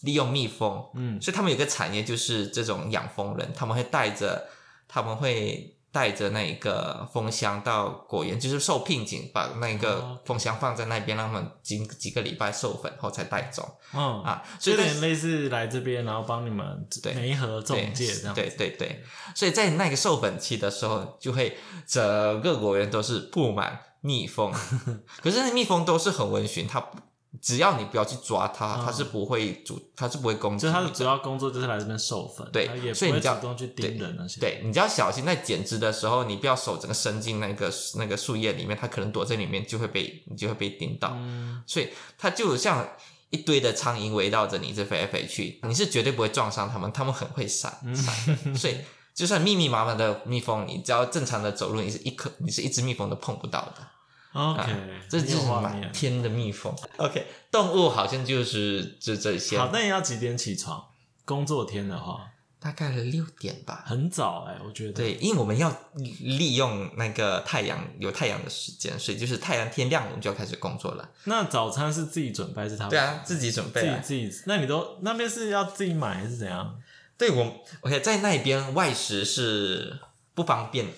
S1: 利用蜜蜂，
S2: 嗯
S1: 所以他们有个产业就是这种养蜂人，他们会带着，他们会带着那一个风箱到果园，就是受聘请，把那
S2: 哦
S1: 个风箱放在那边，让他们几几个礼拜授粉后才带走
S2: 嗯，
S1: 啊。所
S2: 有
S1: 以在
S2: 点类似来这边，然后帮你们
S1: 对
S2: 媒合
S1: 对
S2: 中介这样子。
S1: 对对对，所以在那个授粉期的时候，就会整个果园都是布满蜜 蜂，可是那蜜蜂都是很温驯，它不只要你不要去抓它，它是不会主，它是不会攻击你
S2: 嗯就是
S1: 的。
S2: 他的主要工作就是来这边授粉，
S1: 对
S2: 他也不
S1: 所以
S2: 会
S1: 你
S2: 主
S1: 知道
S2: 动去盯人那些。
S1: 对，你只要小心在剪枝的时候，你不要手整个伸进那个那个树叶里面，它可能躲在里面就会被你就会被叮到，
S2: 嗯，
S1: 所以它就像一堆的苍蝇围绕着你这飞来飞去，你是绝对不会撞上它们，它们很会闪
S2: 嗯
S1: 闪的，所以就算密密麻麻的蜜蜂，你只要正常的走路，你是一颗你是一只蜜蜂都碰不到的。
S2: OK，
S1: 啊这
S2: 很
S1: 就
S2: 有
S1: 是
S2: 画
S1: 满
S2: 面。啊
S1: 天的蜜蜂。OK，动物好像就是就这些，
S2: 好，那你要几点起床？工作天的话，
S1: 大概六点吧。
S2: 很早哎、我觉得。
S1: 对，因为我们要利用那个太阳有太阳的时间，所以就是太阳天亮我们就要开始工作了。
S2: 那早餐是自己准备还是他们？
S1: 对啊，自己准备
S2: 自己
S1: 啊。
S2: 自己。那你都那边是要自己买还是怎样？
S1: 对我 OK，在那边外食是不方便，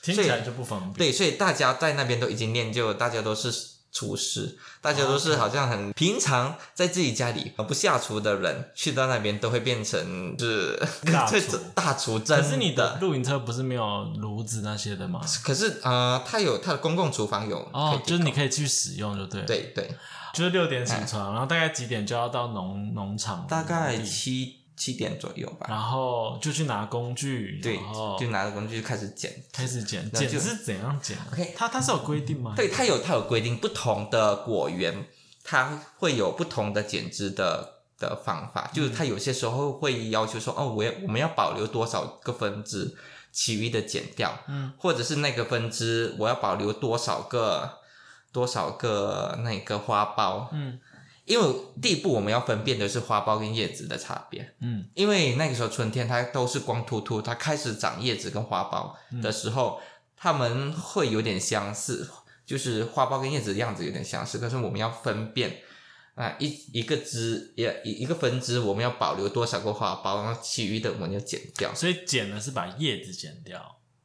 S2: 听起来就不方便。
S1: 对，所以大家在那边都已经练就，大家都是厨师，大家
S2: 啊
S1: 都是好像很平常，在自己家里不下厨的人，去到那边都会变成是
S2: 大
S1: 这
S2: 厨
S1: 大厨真
S2: 可
S1: 的。
S2: 是你的露营车不是没有炉子那些的吗？
S1: 可是呃，它有它的公共厨房有可
S2: 哦
S1: 以，
S2: 就是嗯你可以去使用就对了。，
S1: 对对，
S2: 就是六点起床，然后大概几点就要到农农场，
S1: 大概七七点左右吧。
S2: 然后就去拿工具，
S1: 对
S2: 然后，
S1: 就拿着工具就开始剪。
S2: 开始剪，
S1: 那就
S2: 剪是怎样剪啊
S1: OK
S2: 它它是有规定吗？
S1: 对，它有它有规定，不同的果园它会有不同的剪枝的的方法，就是它有些时候会要求说，哦，我要我们要保留多少个分支，其余的剪掉，
S2: 嗯，
S1: 或者是那个分支我要保留多少个多少个那个花苞，
S2: 嗯
S1: 因为第一步我们要分辨的是花苞跟叶子的差别，
S2: 嗯，
S1: 因为那个时候春天它都是光秃秃，它开始长叶子跟花苞的时候，它们会有点相似，就是花苞跟叶子的样子有点相似，可是我们要分辨。啊，一一个枝一一一个分支，我们要保留多少个花苞，然后其余的我们就剪掉
S2: 所以剪的是把叶子剪掉，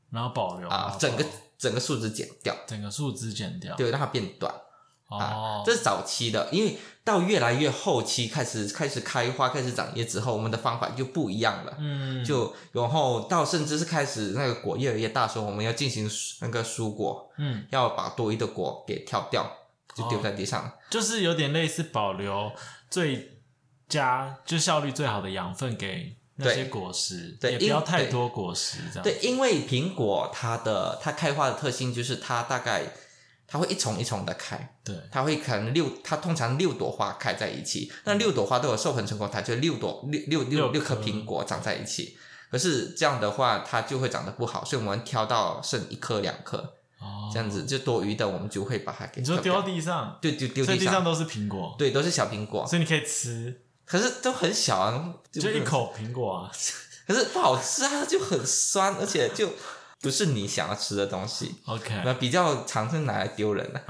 S2: 然后保留
S1: 啊
S2: 花，苞
S1: 整个整个树枝剪掉，
S2: 整个树枝剪掉。
S1: 对，让它变短。
S2: 哦，
S1: 这是早期的，因为到越来越后期开始开始开花、开始长叶之后，我们的方法就不一样了。
S2: 嗯，
S1: 就然后到甚至是开始那个果越来越大的时候，我们要进行那个疏果，
S2: 嗯，
S1: 要把多余的果给挑掉，就丢在地上。
S2: 就是有点类似保留最佳就效率最好的养分给那些
S1: 对
S2: 果实，
S1: 对
S2: 也不
S1: 因为
S2: 要太
S1: 对
S2: 多果实这样。
S1: 对，，因为苹果它的它开花的特性就是它大概它会一丛一丛的开，
S2: 对，
S1: 它会可能六，它通常六朵花开在一起，那六朵花都有授粉成功，它就六朵六六
S2: 六
S1: 六六颗
S2: 颗
S1: 苹果长在一起。可是这样的话，它就会长得不好，所以我们挑到剩一颗两颗，
S2: 哦，
S1: 这样子就多余的，我们就会把它给
S2: 你说
S1: 挑
S2: 丢
S1: 掉
S2: 到地上，
S1: 对，丢丢
S2: 所以
S1: 地
S2: 地上都是苹果，
S1: 对，都是小苹果，
S2: 所以你可以吃，
S1: 可是都很小啊，
S2: 就一，口苹果啊。
S1: 可是不好吃啊，就很酸，而且就不是你想要吃的东西。那
S2: OK，
S1: 比较常是拿来丢人的、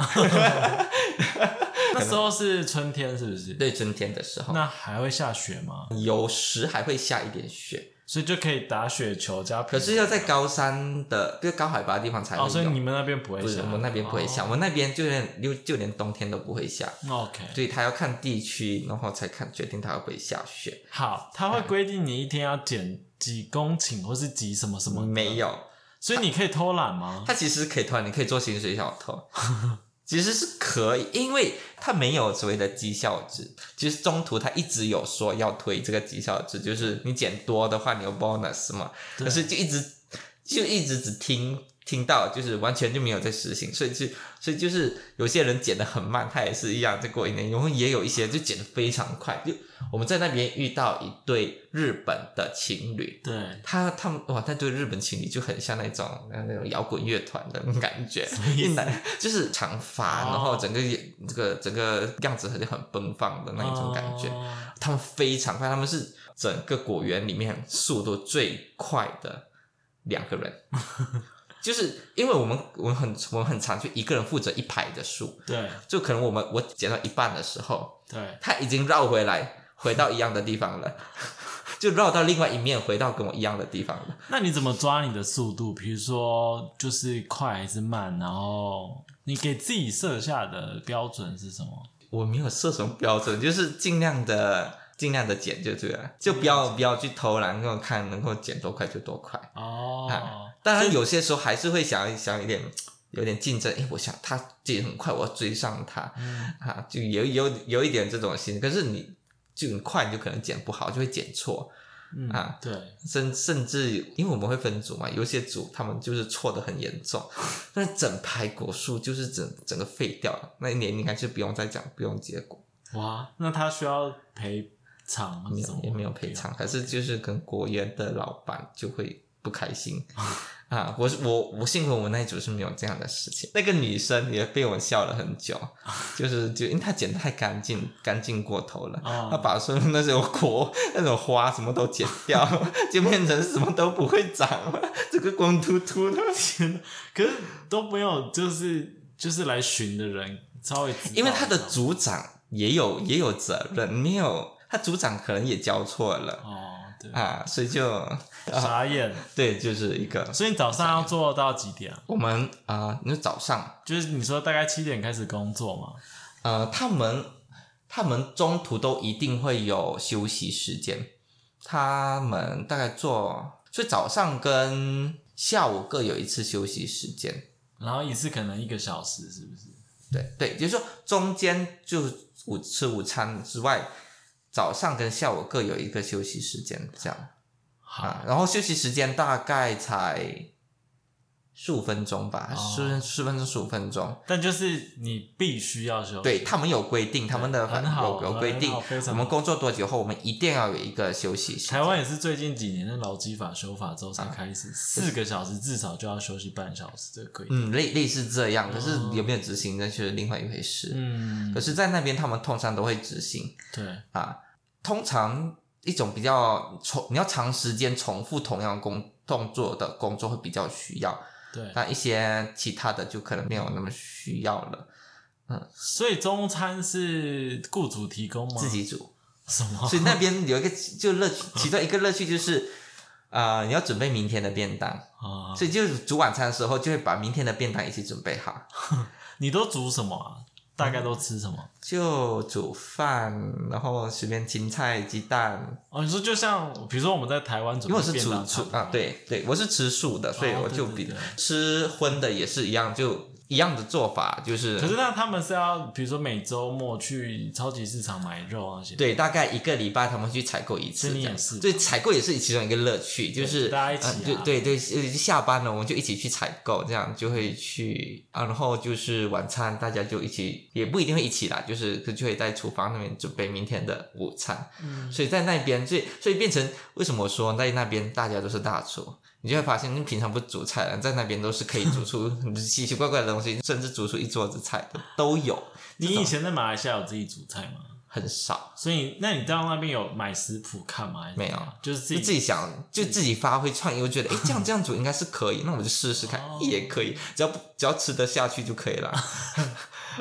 S2: 那时候是春天是不是？
S1: 对，春天的时候，
S2: 那还会下雪吗？
S1: 有时还会下一点雪，
S2: 所以就可以打雪球加。
S1: 可是要在高山的，就是高海拔的地方才会有。
S2: 哦，所以你们那边不会
S1: 不是
S2: 下，
S1: 我们那边不会下，
S2: 哦
S1: 我们那边就连就就连冬天都不会下，
S2: OK，
S1: 所以它要看地区，然后才看决定它会不会下雪。
S2: 好，它会规定你一天要减几公顷，或是几什么什么，
S1: 没有，
S2: 所以你可以偷懒吗？
S1: 他其实是可以偷懒，你可以做薪水小偷， 其实是可以，因为他没有所谓的绩效制。其实中途他一直有说要推这个绩效制，就是你减多的话你有 bonus 嘛，
S2: 对
S1: 可是就一直就一直只听听到，就是完全就没有在实行，所以就所以就是有些人减的很慢，他也是一样，再过一年，然后也有一些就减的非常快。就我们在那边遇到一对日本的情侣，
S2: 对，
S1: 他他们哇，那对日本情侣就很像那种呃那种摇滚乐团的那种感觉
S2: 么，意思
S1: 一男就是长发，
S2: 哦
S1: 然后整个也这个整个样子很很奔放的那一种感觉。
S2: 哦
S1: 他们非常快，他们是整个果园里面速度最快的两个人，就是因为我们我们很我们很常就一个人负责一排的树，
S2: 对
S1: 就可能我们我剪到一半的时候，
S2: 对，
S1: 他已经绕回来，回到一样的地方了。 就绕到另外一面，回到跟我一样的地方了。
S2: 那你怎么抓你的速度？比如说，就是快还是慢？然后你给自己设下的标准是什么？
S1: 我没有设什么标准，就是尽量的尽量的减就对了，就不要不要去偷懒，然后看能够减多快就多快。
S2: 哦，
S1: 当然有些时候还是会想想一点。有点竞争，哎，我想他减很快，我要追上他，
S2: 嗯
S1: 啊，就有有有一点这种心。可是你就很快，你就可能减不好，就会减错。
S2: 嗯
S1: 啊
S2: 对，
S1: 甚甚至因为我们会分组嘛，有些组他们就是错的很严重，那整排果树就是整整个废掉了。那一年应该就不用再讲，不用结果，
S2: 哇，那他需要赔偿还
S1: 没
S2: 是什
S1: 有
S2: 啊么？
S1: 也没有赔偿，可是就是跟果园的老板就会不开心啊。我是我我幸亏我们那一组是没有这样的事情，那个女生也被我笑了很久，就是就因为她剪得太干净，干净过头了。
S2: 哦
S1: 他把所有那种果、那种花什么都剪掉， 就变成什么都不会长了，这个光秃秃的。
S2: 可是都没有，就是就是来巡的人稍微知 道
S1: 因为他的
S2: 一下
S1: 组长也有也有责任，没有他组长可能也教错了
S2: 哦，对，
S1: 啊，所以就
S2: 傻眼。
S1: 对，就是一个
S2: 所以你早上要做到几点啊？
S1: 我们啊，你、说早上
S2: 就是你说大概七点开始工作嘛？
S1: 呃，他们他们中途都一定会有休息时间，他们大概做，所以早上跟下午各有一次休息时间。
S2: 然后一次可能一个小时，是不是？
S1: 对对，就是说中间就是午吃午餐之外，早上跟下午各有一个休息时间，这样
S2: 好，
S1: 啊。然后休息时间大概才十五分钟吧，
S2: 哦
S1: 十十分钟十五分钟。
S2: 但就是你必须要休息。
S1: 对他们有规定，他们的
S2: 很好
S1: 有有规定
S2: 很好非常，好
S1: 我们工作多久后，我们一定要有一个休息时间。
S2: 台湾也是最近几年的劳基法修法之后才开
S1: 啊
S2: 始，四个小时至少就要休息半小时，这个规定。
S1: 嗯，类类似这样，可是
S2: 哦
S1: 有没有执行那就是另外一回事。
S2: 嗯
S1: 可，是，在那边他们通常都会执行，
S2: 对，
S1: 啊，通常一种比较重，你要长时间重复同样工动作的工作会比较需要，
S2: 对。
S1: 那一些其他的就可能没有那么需要了。
S2: 所以中餐是雇主提供吗？
S1: 自己煮，
S2: 什么？
S1: 所以那边有一个就乐趣，其中一个乐趣就是，啊，你要准备明天的便当，
S2: 啊，
S1: 所以就煮晚餐的时候就会把明天的便当一起准备好，
S2: 你都煮什么啊？大概都吃什么？
S1: 就煮饭，然后随便青菜、鸡蛋，
S2: 哦，你说就像比如说我们在台湾
S1: 因
S2: 准
S1: 为我
S2: 备
S1: 是
S2: 便
S1: 吃
S2: 当
S1: 素
S2: 餐
S1: 啊，，对对，我是吃素的，所以
S2: 哦
S1: 我
S2: 对
S1: 就
S2: 对
S1: 比、
S2: 对
S1: 吃荤的也是一样，就一样的做法，就是
S2: 可是那他们是要比如说每周末去超级市场买肉啊那些，
S1: 对，大概一个礼拜他们去采购一次
S2: 这
S1: 这
S2: 你也
S1: 样，
S2: 是
S1: 对，采购也是其中一个乐趣，就是
S2: 大家一起啊
S1: 呃就对对，呃下班了我们就一起去采购，这样就会去啊，然后就是晚餐大家就一起，也不一定会一起啦，就是就会在厨房那边准备明天的午餐，
S2: 嗯，
S1: 所以在那边，所以所以变成为什么我说在那边大家都是大厨，你就会发现你平常不煮菜的，在那边都是可以煮出很奇奇怪怪的东西，甚至煮出一桌子菜的都有，
S2: 你以前在马来西亚有自己煮菜吗？
S1: 很少，
S2: 所以那你到那边有买食谱看吗？还是
S1: 没有
S2: 怎样，就是自
S1: 就
S2: 己嗯
S1: 自己想就自己发挥创意，我觉得诶 这样这样煮应该是可以，那我就试试看、
S2: 哦
S1: 也可以，只要不只要吃得下去就可以了。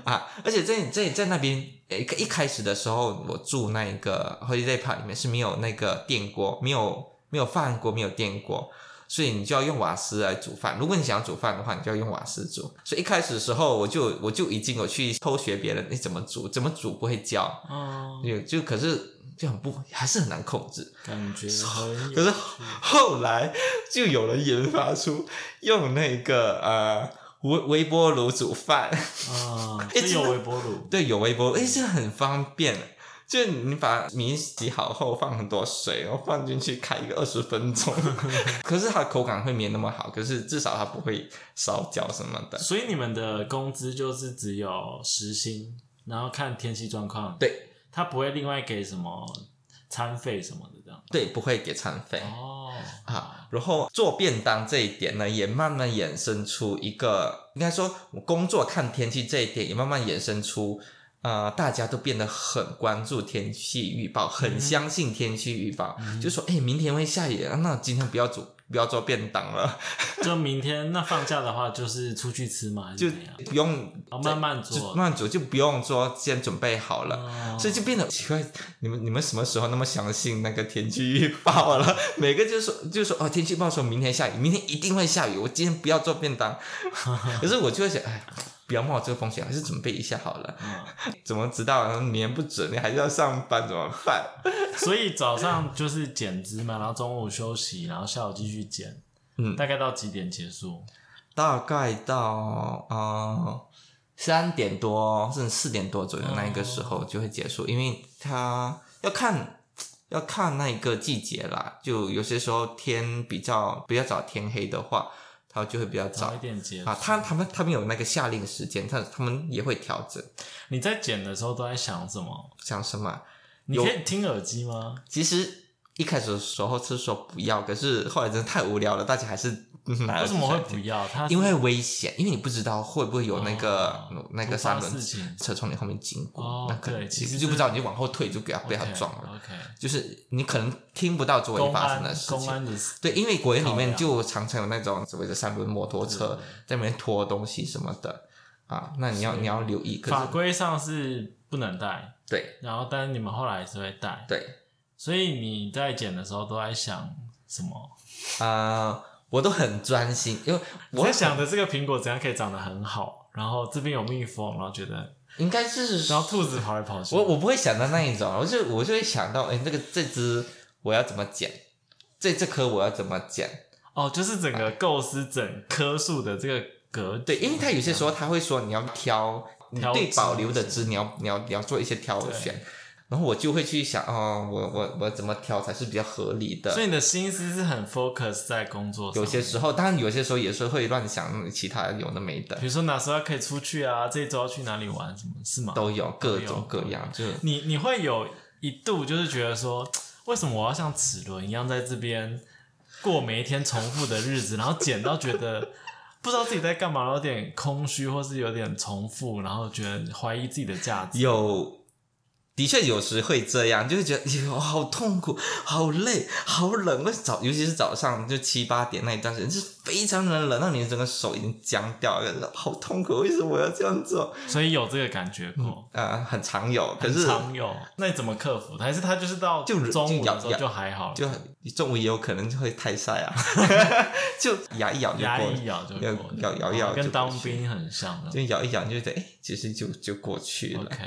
S1: 啊！而且在在在那边，呃一一开始的时候，我住那个 holiday park 里面是没有那个电锅，没有没有饭锅，没有电锅，所以你就要用瓦斯来煮饭。如果你想要煮饭的话，你就要用瓦斯煮。所以一开始的时候，我就我就已经有去偷学别人，你怎么煮，怎么煮不会教，
S2: 哦，
S1: 就就可是就很不还是很难控制。
S2: 感觉很
S1: 可
S2: 有
S1: 是后来就有人研发出用那个呃微微波炉煮饭。
S2: 啊，
S1: 诶
S2: 是
S1: 真的
S2: 有微波炉，
S1: 对，有微波，哎，这很方便。就是你把米洗好后放很多水，然后放进去开一个二十分钟， 可是它的口感会没那么好，可是至少它不会烧焦什么的。
S2: 所以你们的工资就是只有时薪，然后看天气状况，
S1: 对
S2: 他不会另外给什么餐费什么的这样。
S1: 对，不会给餐费
S2: 哦，
S1: 啊。然后做便当这一点呢，也慢慢衍生出一个，应该说我工作看天气这一点，也慢慢衍生出，呃，大家都变得很关注天气预报，很相信天气预报，就说哎，诶明天会下雨，啊那今天不要煮不要做便当了，
S2: 就明天那放假的话，就是出去吃嘛，还
S1: 就是
S2: 怎样？
S1: 不用
S2: 哦慢慢
S1: 就
S2: 做。
S1: 慢煮，就不用说先准备好了。
S2: 哦
S1: 所以就变得奇怪，你们你们什么时候那么相信那个天气预报了？ 每个就说就说哦，天气预报说明天下雨，明天一定会下雨，我今天不要做便当。 可是我就会想，哎，不要冒这个风险，还是准备一下好了。
S2: 哦
S1: 怎么知道嗯明天不准？你还是要上班怎么办？
S2: 所以早上就是减脂嘛，然后中午休息，然后下午继续减。
S1: 嗯
S2: 大概到几点结束？
S1: 大概到呃三点多甚至四点多左右那一个时候就会结束，因为它要看要看那一个季节啦，就有些时候天比较比较早天黑的话，它就会比较
S2: 早
S1: 早
S2: 一。点结束。
S1: 啊，他他们他们有那个下令时间，他他们也会调整，
S2: 你在减的时候都在想什么？
S1: 像什么？
S2: 你
S1: 有
S2: 可以听耳机吗？
S1: 其实一开始的时候是说不要，可是后来真的太无聊了，大家还是拿
S2: 为什么会
S1: 要？
S2: 不要？它
S1: 啊因为危险，因为你不知道会不会有那个、
S2: 哦
S1: 那
S2: 突
S1: 个三
S2: 发
S1: 轮
S2: 事情
S1: 车从你后面经过，
S2: 哦
S1: 那可能
S2: 对其实
S1: 你就不
S2: 是
S1: 知道，你就往后退就给他 被他撞了。
S2: OK，
S1: 就是你可能听不到周围
S2: 公
S1: 发生
S2: 安
S1: 的事
S2: 公
S1: 情。
S2: 安的
S1: 对，因为果园里
S2: 考
S1: 面
S2: 量
S1: 就常常有那种所谓的三轮摩托车在里面拖东西什么的啊，那你要你要留意。可
S2: 法
S1: 是
S2: 规上是不能带，
S1: 对
S2: 然后但是你们后来还是会带，
S1: 对，
S2: 所以你在剪的时候都在想什么？
S1: 啊、我都很专心，因为
S2: 我
S1: 我
S2: 在想着这个苹果怎样可以长得很好，然后这边有蜜蜂，然后觉得，
S1: 应该是
S2: 然后兔子跑来跑去，
S1: 我我不会想到那一种，我就我就会想到，哎、这个这只我要怎么剪，这这棵我要怎么剪？
S2: 哦，就是整个构思整棵树的这个格局
S1: 对，因为他有些时候他会说你要挑，你
S2: 挑
S1: 对
S2: 枝
S1: 保留的枝，你要你要你要做一些挑
S2: 对
S1: 选，然后我就会去想，哦，我我我怎么挑才是比较合理
S2: 所
S1: 的？
S2: 以你的心思是很 focus 在工作上，
S1: 有些时候，当然有些时候也是会乱想其他有的没的
S2: 比，如说哪时候可以出去啊，这一周要去哪里玩什么，是吗？
S1: 都有各
S2: 都有
S1: 种各样，就是
S2: 你你会有一度就是觉得说，为什么我要像齿轮一样在这边过每一天重复的日子，然后剪到觉得不知道自己在干嘛，然后有点空虚，或是有点重复，然后觉得怀疑自己的价值。
S1: 有。的确，有时会这样，就会觉得哟，好痛苦，好累，好冷。为早，尤其是早上，就七八点那一段时间，是非常冷，冷到你整个手已经僵掉了，好痛苦。为什么我要这样做？
S2: 所以有这个感觉过，
S1: 呃，很常有，可
S2: 很
S1: 是
S2: 常有。那你怎么克服的？还是他就是到
S1: 就
S2: 中午的时
S1: 就
S2: 候
S1: 咬
S2: 就还好了，
S1: 就中午也有可能就会太晒啊， 就咬一咬就
S2: 牙
S1: 过
S2: 一
S1: 了，
S2: 咬就过了
S1: 咬咬咬咬
S2: 哦跟
S1: 就过
S2: 当
S1: 去
S2: 兵很像的
S1: 就。咬一咬你就觉得哎、其实就就过去了
S2: OK，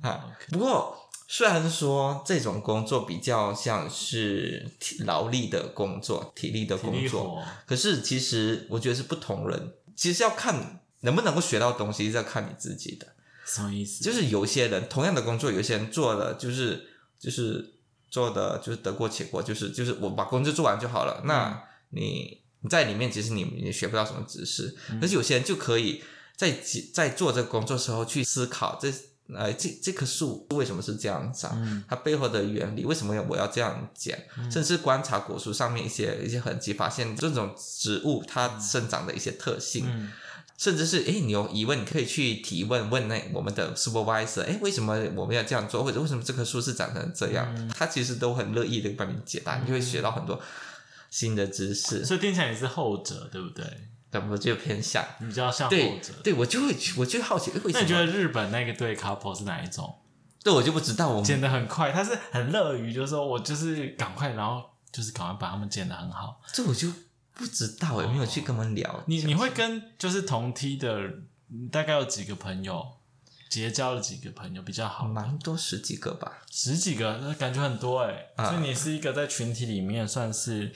S1: 啊。不过虽然说这种工作比较像是体劳力的工作、体力的
S2: 体
S1: 工
S2: 力
S1: 作，
S2: 活
S1: 可是其实我觉得是不同人，其实要看能不能够学到东西，是要看你自己的。
S2: 什么意思？
S1: 就是有些人同样的工作，有些人做的就是就是做的就是得过且过，就是就是我把工作做完就好了。那你你在里面，其实你你学不到什么知识，可是有些人就可以在其在做这个工作的时候去思考这。呃，这这棵树为什么是这样长？
S2: 嗯
S1: 它背后的原理为什么我要这样剪？甚至观察果树上面一些一些痕迹，发现这种植物它生长的一些特性。
S2: 嗯，
S1: 甚至是诶，你有疑问，你可以去提问，问那我们的 supervisor，诶，为什么我们要这样做，或者为什么这棵树是长成这
S2: 嗯
S1: 样？他其实都很乐意的帮你解答，你就会学到很多新的知识。
S2: 所以听起来你是后者，对不对？
S1: 但我就偏向
S2: 你比较像后
S1: 对
S2: 啊者。
S1: 对，我就会我就会好奇，诶为
S2: 那
S1: 什
S2: 你觉得
S1: 么？
S2: 日本那个对 couple 是哪一种？
S1: 对，我就不知道，我
S2: 剪得很快，他是很乐于，就是说我就是赶快，然后就是赶快把他们剪得很好。
S1: 这我就不知道，有没有去跟他们聊？
S2: 哦你你会跟就是同梯的，嗯大概有几个朋友结交了几个朋友比较好？
S1: 蛮多十几个吧，
S2: 十几个，那感觉很多哎、
S1: 啊
S2: 所以你是一个在群体里面算是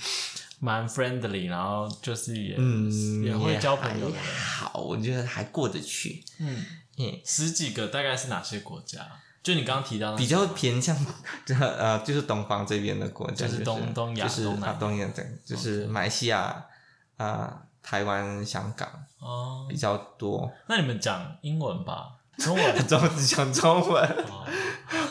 S2: 蛮 friendly，然后就是也、
S1: 嗯，
S2: 也会交朋友的
S1: 也
S2: 人。
S1: 好，我觉得还过得去，
S2: 嗯，
S1: 嗯。
S2: 十几个大概是哪些国家？就你刚刚提到那
S1: 比
S2: 些
S1: 较
S2: 吗
S1: 偏向呃，就是东方这边的国家，
S2: 就
S1: 就是是
S2: 东东亚
S1: 就是
S2: 东南亚
S1: 啊东亚这样，就是马来西亚啊、台湾、香港
S2: 哦。
S1: 比较多。
S2: 那你们讲英文吧，中文
S1: 中讲中文，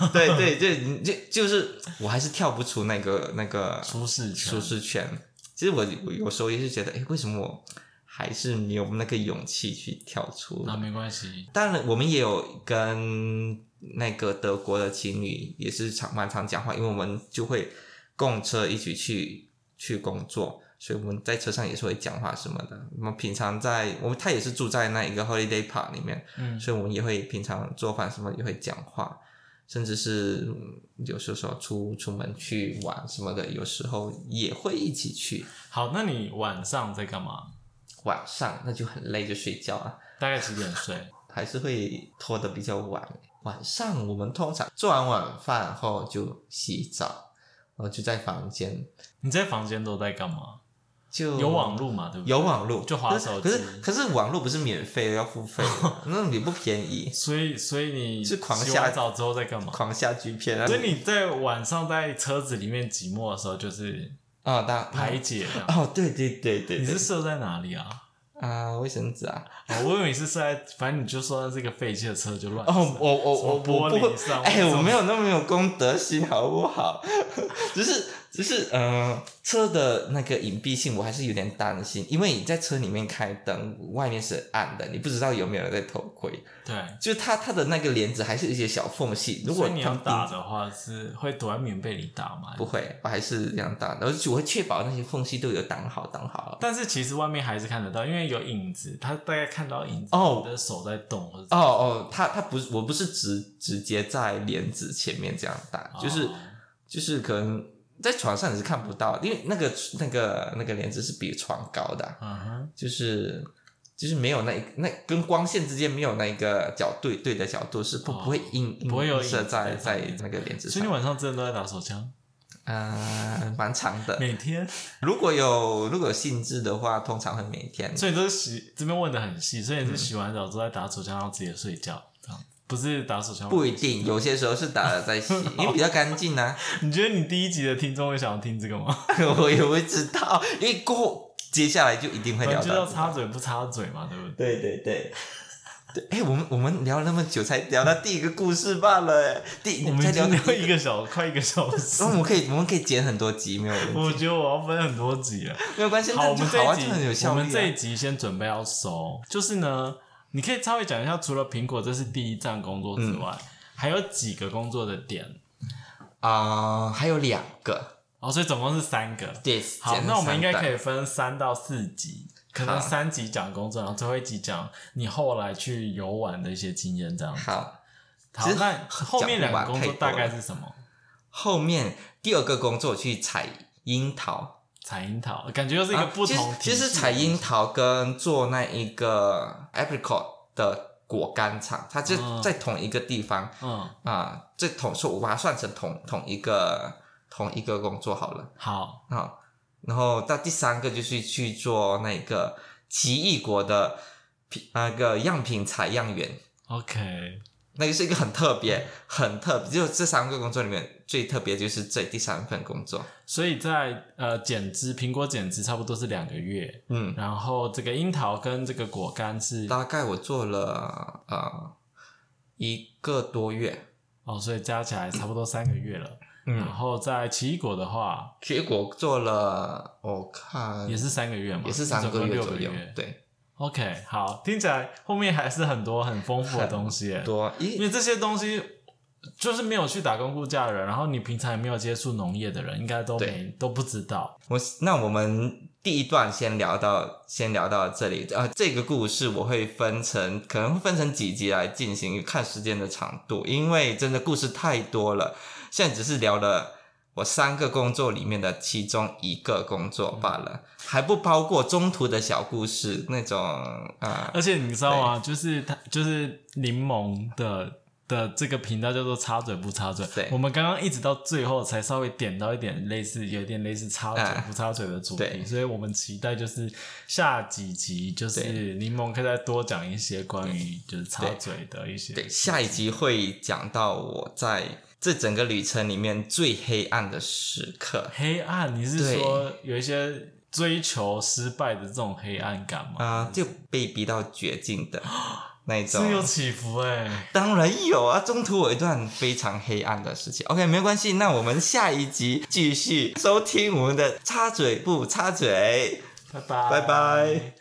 S2: 哦
S1: 对对对，就就是我还是跳不出那个那个
S2: 舒适 圈
S1: 舒适圈。其实我我有时候也是觉得，哎，为什么我还是没有那个勇气去跳出
S2: 啊那没关系，
S1: 当然，我们也有跟那个德国的情侣也是常蛮常讲话，因为我们就会共车一起去去工作，所以我们在车上也是会讲话什么的。我们平常在我们他也是住在那一个 holiday park 里面，
S2: 嗯
S1: 所以我们也会平常做饭什么也会讲话，甚至是嗯有时候说出出门去玩什么的，有时候也会一起去。
S2: 好，那你晚上在干嘛？
S1: 晚上那就很累，就睡觉啊，
S2: 大概几点 睡？
S1: 还是会拖得比较晚。晚上我们通常做完晚饭后就洗澡，然后就在房间
S2: 你在房间都在干嘛？
S1: 就
S2: 有网路嘛，对不对？
S1: 嗯有网络
S2: 就滑
S1: 可是
S2: 手
S1: 可是
S2: 机
S1: 可是网络不是免费的，要付费的，那也不便宜，
S2: 所以所以你
S1: 是狂
S2: 洗
S1: 下
S2: 完澡之后在干嘛？
S1: 狂下 G 片啊！
S2: 所以你在晚上在车子里面寂寞的时候，就是
S1: 啊，当
S2: 排解这样。
S1: 哦，对对对 对，
S2: 你
S1: 对
S2: 是设在哪里啊？
S1: 啊，卫生纸啊，
S2: 哦我以为你是设在，反正你就说它是一个废弃的车就乱
S1: 哦，
S2: 设。
S1: 我我我我
S2: 什么玻璃
S1: 不
S2: 上
S1: 哎、
S2: 或者
S1: 我没有那么有公德心，好不好？ 只是只是，嗯、车的那个隐蔽性我还是有点担心，因为你在车里面开灯，外面是暗的，你不知道有没有人在偷窥，
S2: 对，
S1: 就是它它的那个帘子还是有一些小缝隙，如
S2: 所
S1: 果
S2: 以你
S1: 他
S2: 要
S1: 们
S2: 打的话是会躲在棉被里打吗？
S1: 不会，我还是这样打，而且我会确保那些缝隙都有挡好挡好。
S2: 但是其实外面还是看得到，因为有影子，他大概看到影子，
S1: 哦
S2: 你的手在动，或者
S1: 哦哦，它它不是，我不是直直接在帘子前面这样打，就是。
S2: 哦
S1: 就是可能在床上你是看不到，因为那个那个那个帘子是比床高的啊，
S2: 嗯哼，
S1: 就是就是没有那一那跟光线之间没有那一个角对对的角度，是不、
S2: 哦
S1: 不会映
S2: 不会有
S1: 映射
S2: 影子
S1: 在
S2: 在
S1: 在
S2: 上面
S1: 那个帘子
S2: 所以你
S1: 上，
S2: 晚上真的都在打手枪，
S1: 呃，蛮长的。
S2: 每天，
S1: 如果有如果有兴致的话，通常会每天。
S2: 所以你都是洗这边问的很细，所以
S1: 嗯
S2: 你是洗完澡之后在打手枪，然后直接睡觉，这样不是打手枪。
S1: 不一定，有些时候是打了再洗， 因为比较干净啊。
S2: 你觉得你第一集的听众会想要听这个吗？
S1: 我也会知道，因为过后接下来就一定会
S2: 反
S1: 聊
S2: 正就
S1: 到
S2: 要。插嘴不插嘴嘛，对不对？
S1: 对对对。对，哎、我们我们聊了那么久，才聊到第一个故事罢了，哎第
S2: 我们
S1: 才
S2: 已
S1: 聊到
S2: 经聊
S1: 第
S2: 一个小快一个 小时
S1: 那，我们可以我们可以剪很多集，没有问题
S2: 我觉得我要分很多集了。
S1: 没有关系，
S2: 好，
S1: 那
S2: 我
S1: 就
S2: 们这
S1: 好啊，
S2: 一
S1: 就
S2: 集、
S1: 很有效
S2: 我
S1: 率、啊。
S2: 们这一集先准备要收，就是呢，你可以稍微讲一下，除了苹果这是第一站工作
S1: 嗯
S2: 之外，还有几个工作的点，
S1: 啊、还有两个
S2: 哦，所以总共是三个。
S1: 对，
S2: 好，那我们应该可
S1: 以。
S2: 以分三到四集，可能
S1: 好
S2: 三集讲工作，然后最后一集讲你后来去游玩的一些经验，这样子。
S1: 好，
S2: 好
S1: 其，实
S2: 那后面两个工作
S1: 讲不完
S2: 大概是什么？
S1: 后面第二个工作去采樱桃，
S2: 采樱桃，感觉又是一个
S1: 啊
S2: 不同、
S1: 其实其实采樱，桃跟做那一个 apricot 的果干厂，它就
S2: 嗯
S1: 在同一个地方。
S2: 嗯，
S1: 啊，这同说我把它算成同同一个同一个工作好了
S2: 好，
S1: 啊。然后到第三个就是去做那个奇异果的品那个样品采样员，
S2: ，OK，
S1: 那个是一个很特别、很特别，就这三个工作里面最特别就是这第三份工作。
S2: 所以在呃减脂，苹果减脂差不多是两个月，
S1: 嗯，
S2: 然后这个樱桃跟这个果干是
S1: 大概我做了呃一个多月。
S2: 哦，所以加起来差不多三个月了。然
S1: 嗯，
S2: 后在奇异果的话
S1: 结果做了，我看
S2: 也是三个月嘛，
S1: 也是三
S2: 总
S1: 个
S2: 共
S1: 月
S2: 六
S1: 左
S2: 个
S1: 右
S2: 月，。
S1: 对，
S2: OK，好，听起来后面还是很多很丰富的东西耶，
S1: 多
S2: 因
S1: 一
S2: 为这些东西就是没有去打工度假的人，然后你平常也没有接触农业的人，应该都没都不知道。
S1: 我那我们第一段先聊到先聊到这里啊、呃这个故事我会分成可能会分成几集来进行，看时间的长度，因为真的故事太多了。现在只是聊了我三个工作里面的其中一个工作
S2: 嗯
S1: 罢了，还不包括中途的小故事那种啊、
S2: 而且你知道吗？就是它就是柠檬的。的这个频道叫做插嘴不插嘴，
S1: 对
S2: 我们刚刚一直到最后才稍微点到一点类似，有点类似插嘴
S1: 啊
S2: 不插嘴的主题，
S1: 对
S2: 所以我们期待就是下几集就是
S1: 对
S2: 柠檬可以再多讲一些关于就是插嘴的一些
S1: 对，下一集会讲到我在这整个旅程里面最黑暗的时刻。
S2: 黑暗，你是
S1: 对
S2: 说有一些追求失败的这种黑暗感吗？
S1: 啊、就被逼到绝境的那一种
S2: 哦是。有起伏哎、
S1: 当然有啊，中途有一段非常黑暗的事情。OK，没关系，那我们下一集继续收听我们的插嘴不插嘴。
S2: 拜拜，
S1: 拜拜。